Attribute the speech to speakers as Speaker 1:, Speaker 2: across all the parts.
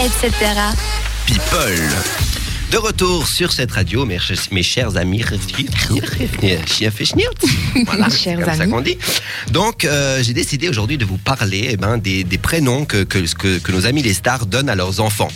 Speaker 1: etc.
Speaker 2: People. De retour sur cette radio, mes, ch- mes chers amis. Voilà, c'est
Speaker 3: Chers
Speaker 2: comme ça
Speaker 3: amis.
Speaker 2: qu'on dit. Donc, euh, j'ai décidé aujourd'hui de vous parler eh ben, des, des prénoms que, que, que- que nos amis les stars donnent à leurs enfants.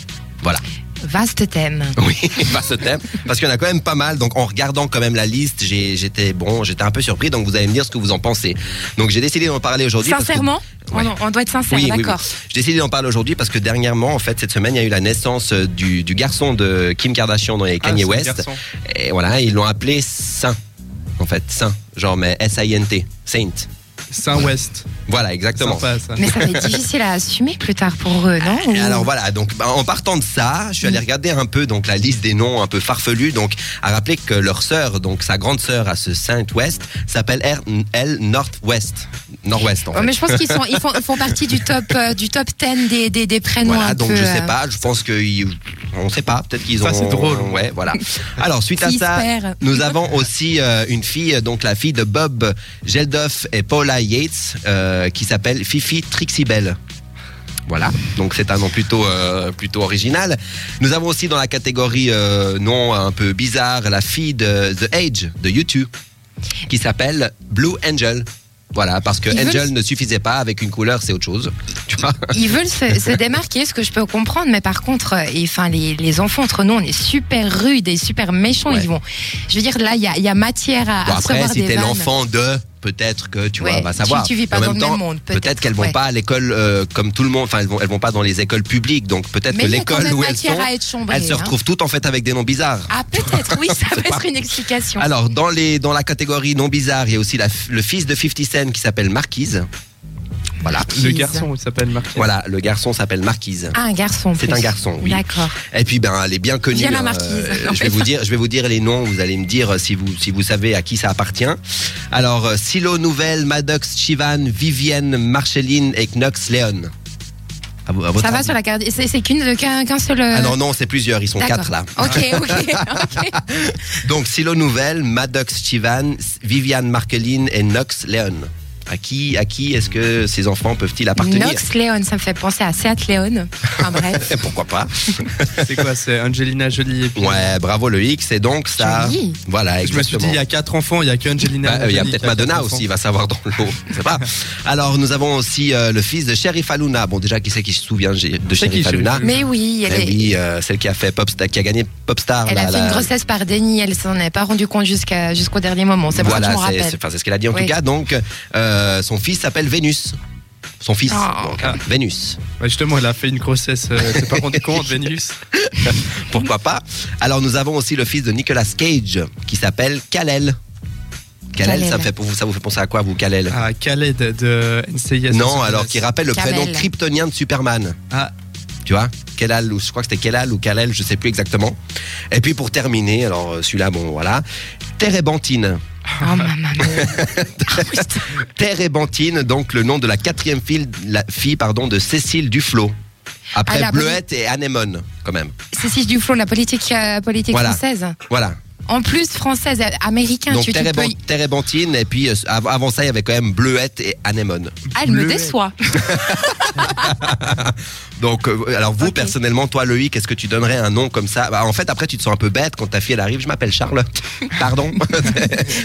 Speaker 2: Voilà.
Speaker 3: Vaste thème.
Speaker 2: Oui, pas ce thème. Parce qu'il y en a quand même pas mal. Donc, en regardant quand même la liste, j'ai- j'étais bon, j'étais un peu surpris. Donc, vous allez me dire ce que vous en pensez. Donc, j'ai décidé d'en parler aujourd'hui. parce que-
Speaker 3: Sincèrement
Speaker 2: Ouais.
Speaker 3: on, on doit être sincère,
Speaker 2: Oui, oui,
Speaker 3: d'accord.
Speaker 2: oui. J'ai décidé d'en parler aujourd'hui parce que dernièrement, en fait, cette semaine, il y a eu la naissance euh, du, du garçon de Kim Kardashian dans les Ah, Kanye
Speaker 4: Ah, c'est le
Speaker 2: West.
Speaker 4: garçon.
Speaker 2: Et voilà, ils l'ont appelé Saint. En fait, Saint. Genre, mais S-I-N-T. Saint.
Speaker 4: Saint-Ouest.
Speaker 2: Voilà, exactement.
Speaker 4: Sympa, ça.
Speaker 3: Mais ça va être difficile à assumer plus tard pour eux, non
Speaker 2: Et Ah, alors voilà, donc bah, en partant de ça, je suis allé regarder un peu donc la liste des noms un peu farfelus. Donc à rappeler que leur sœur, donc sa grande sœur à ce Saint West, s'appelle R- elle Northwest, Nord-Ouest en
Speaker 3: Ouais,
Speaker 2: fait.
Speaker 3: Oh, mais je pense qu'ils sont, ils font, ils font partie du top, euh, du top 10 des, des, des prénoms.
Speaker 2: Voilà,
Speaker 3: un
Speaker 2: donc
Speaker 3: peu,
Speaker 2: je sais
Speaker 3: euh,
Speaker 2: pas, je pense que ils- on sait pas, peut-être qu'ils ont.
Speaker 4: Ça, c'est drôle.
Speaker 2: Ouais, voilà. Alors suite à
Speaker 3: S'ils
Speaker 2: ça,
Speaker 3: se perdent.
Speaker 2: nous avons aussi euh, une fille, donc la fille de Bob Geldof et Paula Yates, euh, qui s'appelle Fifi Trixie Belle. Voilà, donc c'est un nom plutôt euh, plutôt original. Nous avons aussi dans la catégorie euh, nom un peu bizarre la fille de The Age de YouTube, qui s'appelle Blue Angel. Voilà, parce que
Speaker 3: Ils veulent-
Speaker 2: Angel ne suffisait pas avec une couleur, c'est autre chose. Tu vois
Speaker 3: euh, Ils veulent se, se démarquer, ce que je peux comprendre, mais par contre, euh, et, enfin, les, les enfants entre nous, on est super rudes et super méchants.
Speaker 2: Ouais.
Speaker 3: Ils vont, je veux dire, là, il y a, il y a matière à,
Speaker 2: Bon,
Speaker 3: à
Speaker 2: après,
Speaker 3: recevoir
Speaker 2: si
Speaker 3: des
Speaker 2: t'es
Speaker 3: vannes.
Speaker 2: l'enfant de, peut-être que tu vois,
Speaker 3: Ouais,
Speaker 2: on va savoir.
Speaker 3: tu- tu vis pas
Speaker 2: En
Speaker 3: dans
Speaker 2: même
Speaker 3: le même
Speaker 2: temps,
Speaker 3: monde, peut-être,
Speaker 2: Peut-être qu'elles vont
Speaker 3: ouais.
Speaker 2: pas à l'école euh, comme tout le monde. Enfin, elles vont, elles vont pas dans les écoles publiques. Donc peut-être
Speaker 3: Mais
Speaker 2: que
Speaker 3: il y a quand
Speaker 2: l'école
Speaker 3: même
Speaker 2: où elles
Speaker 3: matière
Speaker 2: sont,
Speaker 3: à être chambrées,
Speaker 2: elles se
Speaker 3: hein.
Speaker 2: retrouvent toutes en fait avec des noms bizarres.
Speaker 3: Ah, peut-être, oui, ça peut
Speaker 2: pas.
Speaker 3: être une explication.
Speaker 2: Alors dans les dans la catégorie non bizarre, il y a aussi la f- le fils de 50 Cent qui s'appelle Marquise. Voilà.
Speaker 4: Le
Speaker 3: Keys.
Speaker 4: garçon, il s'appelle Marc.
Speaker 2: Voilà, le garçon s'appelle Marquise.
Speaker 3: Ah, un garçon. en
Speaker 2: C'est
Speaker 3: plus.
Speaker 2: un garçon, oui.
Speaker 3: D'accord.
Speaker 2: Et puis ben elle est bien connue.
Speaker 3: Bien la
Speaker 2: hein.
Speaker 3: marquise.
Speaker 2: Euh, je vais vous dire, je vais vous dire les noms. Vous allez me dire euh, si vous si vous savez à qui ça appartient. Alors euh, Silo Nouvelle, Maddox, Chivan, Vivienne, Marceline et Knox Leon. À vo- à votre
Speaker 3: Ça va
Speaker 2: avis
Speaker 3: sur la carte. C'est c'est qu'une, de- qu'un, qu'un seul. euh,
Speaker 2: Ah non non, c'est plusieurs. Ils sont
Speaker 3: d'accord.
Speaker 2: quatre là.
Speaker 3: Ok, ok, ok.
Speaker 2: Donc Silo Nouvelle, Maddox, Chivan, Viviane, Marceline et Knox Leon. À qui à qui est-ce que ces enfants peuvent-ils appartenir
Speaker 3: Nox Leon, ça me fait penser à Seat Leon. Enfin bref.
Speaker 2: Et pourquoi pas
Speaker 4: C'est quoi C'est Angelina Jolie. Et puis-
Speaker 2: Ouais, bravo le X. Et donc ça.
Speaker 3: Joli.
Speaker 2: Voilà.
Speaker 4: Je me suis
Speaker 2: exactement.
Speaker 4: dit, il y a quatre enfants, il y a que Angelina.
Speaker 2: Bah, euh, Il y a peut-être
Speaker 4: Jolie qui quatre
Speaker 2: Madonna
Speaker 4: enfants.
Speaker 2: aussi, il va savoir dans l'eau. Je sais pas. Alors, nous avons aussi euh, le fils de Sherif Aluna. Bon, déjà, qui c'est qui se souvient de
Speaker 4: C'est qui,
Speaker 2: Sherif Aluna
Speaker 4: Shérif
Speaker 3: Mais oui, elle,
Speaker 2: Eh
Speaker 3: est-
Speaker 2: oui, euh, celle qui a fait Popstar, qui a gagné Popstar.
Speaker 3: elle
Speaker 2: là,
Speaker 3: a fait
Speaker 2: là.
Speaker 3: une grossesse par déni, elle s'en est pas rendue compte jusqu'à, jusqu'au dernier moment. C'est pour ça que
Speaker 2: Voilà,
Speaker 3: je m'en
Speaker 2: c'est-
Speaker 3: rappelle.
Speaker 2: c'est enfin, c'est ce qu'elle a dit en
Speaker 3: Oui.
Speaker 2: tout cas. Donc, euh, son fils s'appelle Vénus. Son fils,
Speaker 3: Oh.
Speaker 2: donc, hein, Vénus.
Speaker 4: Ouais, justement, elle a fait une grossesse. euh, T'es pas rendu compte, Vénus
Speaker 2: Pourquoi pas Alors, nous avons aussi le fils de Nicolas Cage, qui s'appelle Kalel. Kalel,
Speaker 3: Kal-El.
Speaker 2: ça, me fait, pour vous, ça vous fait penser à quoi, vous, Kalel
Speaker 4: Ah, Khaled de NCIS.
Speaker 2: Non, alors qui rappelle le
Speaker 3: Kamel.
Speaker 2: prénom kryptonien de Superman.
Speaker 4: Ah,
Speaker 2: tu vois Kelal ou je crois que c'était Kelal ou Kalel je sais plus exactement et puis pour terminer alors euh, celui-là bon voilà Térébentine
Speaker 3: Oh ma maman. Ah,
Speaker 2: Térébentine donc le nom de la quatrième fille, la fille pardon de Cécile Duflo après
Speaker 3: Ah, la
Speaker 2: Bleuette et Anémone quand même
Speaker 3: Cécile Duflo, la politique, euh, politique
Speaker 2: Voilà.
Speaker 3: française.
Speaker 2: voilà
Speaker 3: En plus, française, euh, américain.
Speaker 2: donc
Speaker 3: tu, tu peux-
Speaker 2: Téréban- Térébentine et puis euh, av- avant ça il y avait quand même Bleuette et Anémone
Speaker 3: Ah, elle me
Speaker 4: Bleuet.
Speaker 3: déçoit.
Speaker 2: donc euh, alors vous
Speaker 3: Ok.
Speaker 2: personnellement toi Loïc est-ce que tu donnerais un nom comme ça Bah, en fait après tu te sens un peu bête quand ta fille elle arrive je m'appelle Charlotte pardon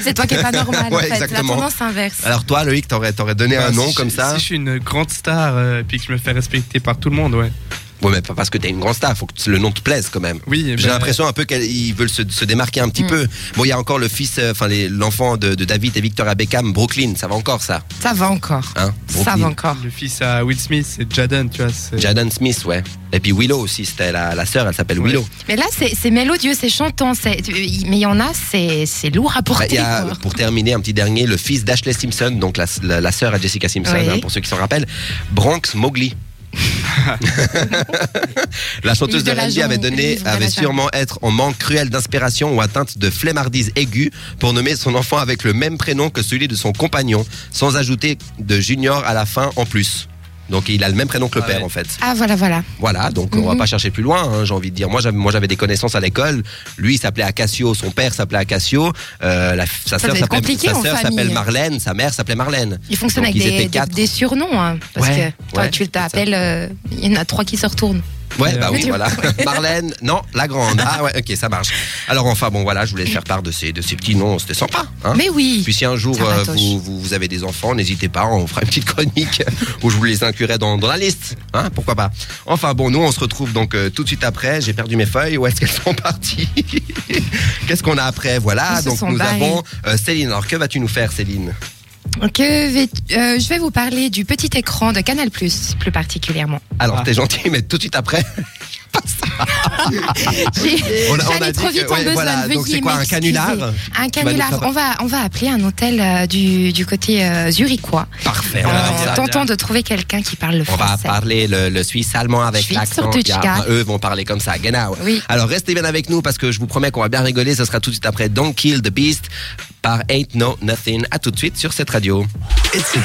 Speaker 3: C'est toi qui es pas normal.
Speaker 2: Ouais,
Speaker 3: en fait.
Speaker 2: exactement.
Speaker 3: La tendance inverse.
Speaker 2: alors toi Loïc t'aurais t'aurais donné
Speaker 4: bah,
Speaker 2: un nom
Speaker 4: si
Speaker 2: comme
Speaker 4: je-
Speaker 2: ça
Speaker 4: Si je suis une grande star euh, et puis que je me fais respecter par tout le monde, ouais.
Speaker 2: Ouais, mais pas parce que t'es une grande star, faut que le nom te plaise quand même.
Speaker 4: Oui,
Speaker 2: J'ai
Speaker 4: bah,
Speaker 2: l'impression un peu qu'ils veulent se, se démarquer un petit
Speaker 3: Mm.
Speaker 2: peu. Bon, il y a encore le fils, euh, enfin les- l'enfant de, de David et Victoria Beckham, Brooklyn, ça va encore ça.
Speaker 3: Ça va encore.
Speaker 2: Hein,
Speaker 3: ça
Speaker 2: Brooklyn.
Speaker 3: va encore.
Speaker 4: Le fils à Will Smith, c'est Jaden, tu vois. c'est-
Speaker 2: Jaden Smith, ouais. Et puis Willow aussi, c'était la, la sœur, elle s'appelle
Speaker 4: Ouais.
Speaker 2: Willow.
Speaker 3: Mais là, c'est c'est mélodieux, c'est chantant. c'est- tu- Mais il y en a, c'est c'est lourd à
Speaker 2: Bah,
Speaker 3: porter.
Speaker 2: il y a,
Speaker 3: quoi.
Speaker 2: pour terminer, un petit dernier, le fils d'Ashley Simpson, donc la, la, la sœur à Jessica Simpson,
Speaker 3: Oui.
Speaker 2: hein, pour ceux qui s'en rappellent, Bronx Mowgli. la chanteuse de
Speaker 3: Livre de la
Speaker 2: R&B avait
Speaker 3: jungle,
Speaker 2: donné,
Speaker 3: livre de la
Speaker 2: avait
Speaker 3: jungle.
Speaker 2: sûrement être en manque cruel d'inspiration ou atteinte de flemmardise aiguë pour nommer son enfant avec le même prénom que celui de son compagnon, sans ajouter de junior à la fin en plus. Donc il a le même prénom que le
Speaker 4: Ah
Speaker 2: père
Speaker 4: ouais.
Speaker 2: en fait.
Speaker 3: Ah, voilà, voilà.
Speaker 2: Voilà, donc on va
Speaker 3: Mhm.
Speaker 2: pas chercher plus loin, hein, j'ai envie de dire. Moi j'avais, moi j'avais des connaissances à l'école. Lui il s'appelait Acacio, son père s'appelait Acacio, euh, la, f- sa
Speaker 3: Ça
Speaker 2: sœur
Speaker 3: doit être
Speaker 2: s'appelait,
Speaker 3: compliqué
Speaker 2: sa
Speaker 3: en
Speaker 2: sœur
Speaker 3: famille.
Speaker 2: s'appelle Marlène, sa mère s'appelait Marlène.
Speaker 3: Ils fonctionnent
Speaker 2: Donc,
Speaker 3: avec
Speaker 2: ils
Speaker 3: des,
Speaker 2: étaient
Speaker 3: des-
Speaker 2: quatre.
Speaker 3: des surnoms. hein, parce
Speaker 2: Ouais,
Speaker 3: que toi,
Speaker 2: ouais,
Speaker 3: tu
Speaker 2: c'est ça.
Speaker 3: t'appelles, euh, il y en a trois qui se retournent.
Speaker 2: Ouais,
Speaker 4: Euh,
Speaker 2: bah
Speaker 3: Mais
Speaker 2: oui,
Speaker 3: tu-
Speaker 2: voilà. Marlène, non, la grande. Ah ouais, ok, ça marche. Alors enfin, bon voilà, je voulais faire part de ces, de ces petits noms, c'était sympa. Hein
Speaker 3: Mais oui.
Speaker 2: Puis si un jour
Speaker 3: Ça
Speaker 2: euh,
Speaker 3: ratoche.
Speaker 2: vous, vous, vous avez des enfants, n'hésitez pas, on fera une petite chronique où je vous les inclurai dans, dans la liste. Hein, pourquoi pas Enfin bon, nous on se retrouve donc euh, tout de suite après. J'ai perdu mes feuilles, où est-ce qu'elles sont parties Qu'est-ce qu'on a après Voilà,
Speaker 3: Ils se
Speaker 2: donc
Speaker 3: sont
Speaker 2: nous
Speaker 3: barrés.
Speaker 2: avons euh, Céline. Alors que vas-tu nous faire Céline
Speaker 3: Que vais- euh, je vais vous parler du petit écran de Canal+, plus particulièrement.
Speaker 2: Alors
Speaker 4: Ah.
Speaker 2: t'es gentil, mais tout de suite après...
Speaker 3: J'ai-
Speaker 2: Ah, On a- on a
Speaker 3: J'allais
Speaker 2: dit
Speaker 3: trop
Speaker 2: que-
Speaker 3: vite en
Speaker 2: ouais,
Speaker 3: besogne,
Speaker 2: voilà, donc
Speaker 3: veuillez
Speaker 2: c'est quoi, un
Speaker 3: m'excuser.
Speaker 2: canular
Speaker 3: Un
Speaker 2: Tu vas nous
Speaker 3: canular.
Speaker 2: faire-
Speaker 3: On va, on va appeler un hôtel euh, du, du côté euh, zurichois.
Speaker 2: Parfait, on
Speaker 3: en
Speaker 2: adore ça.
Speaker 3: tentant de trouver quelqu'un qui parle le
Speaker 2: On va
Speaker 3: français.
Speaker 2: parler le, le suisse allemand avec
Speaker 3: Suisse
Speaker 2: l'accent.
Speaker 3: sur
Speaker 2: Il y a-
Speaker 3: Deutschland.
Speaker 2: enfin, eux vont parler comme ça. Genau.
Speaker 3: Oui.
Speaker 2: Alors restez bien avec nous parce que je vous promets qu'on va bien rigoler. Ce sera tout de suite après Don't Kill the Beast par Ain't No Nothing. À tout de suite sur cette radio. Etc.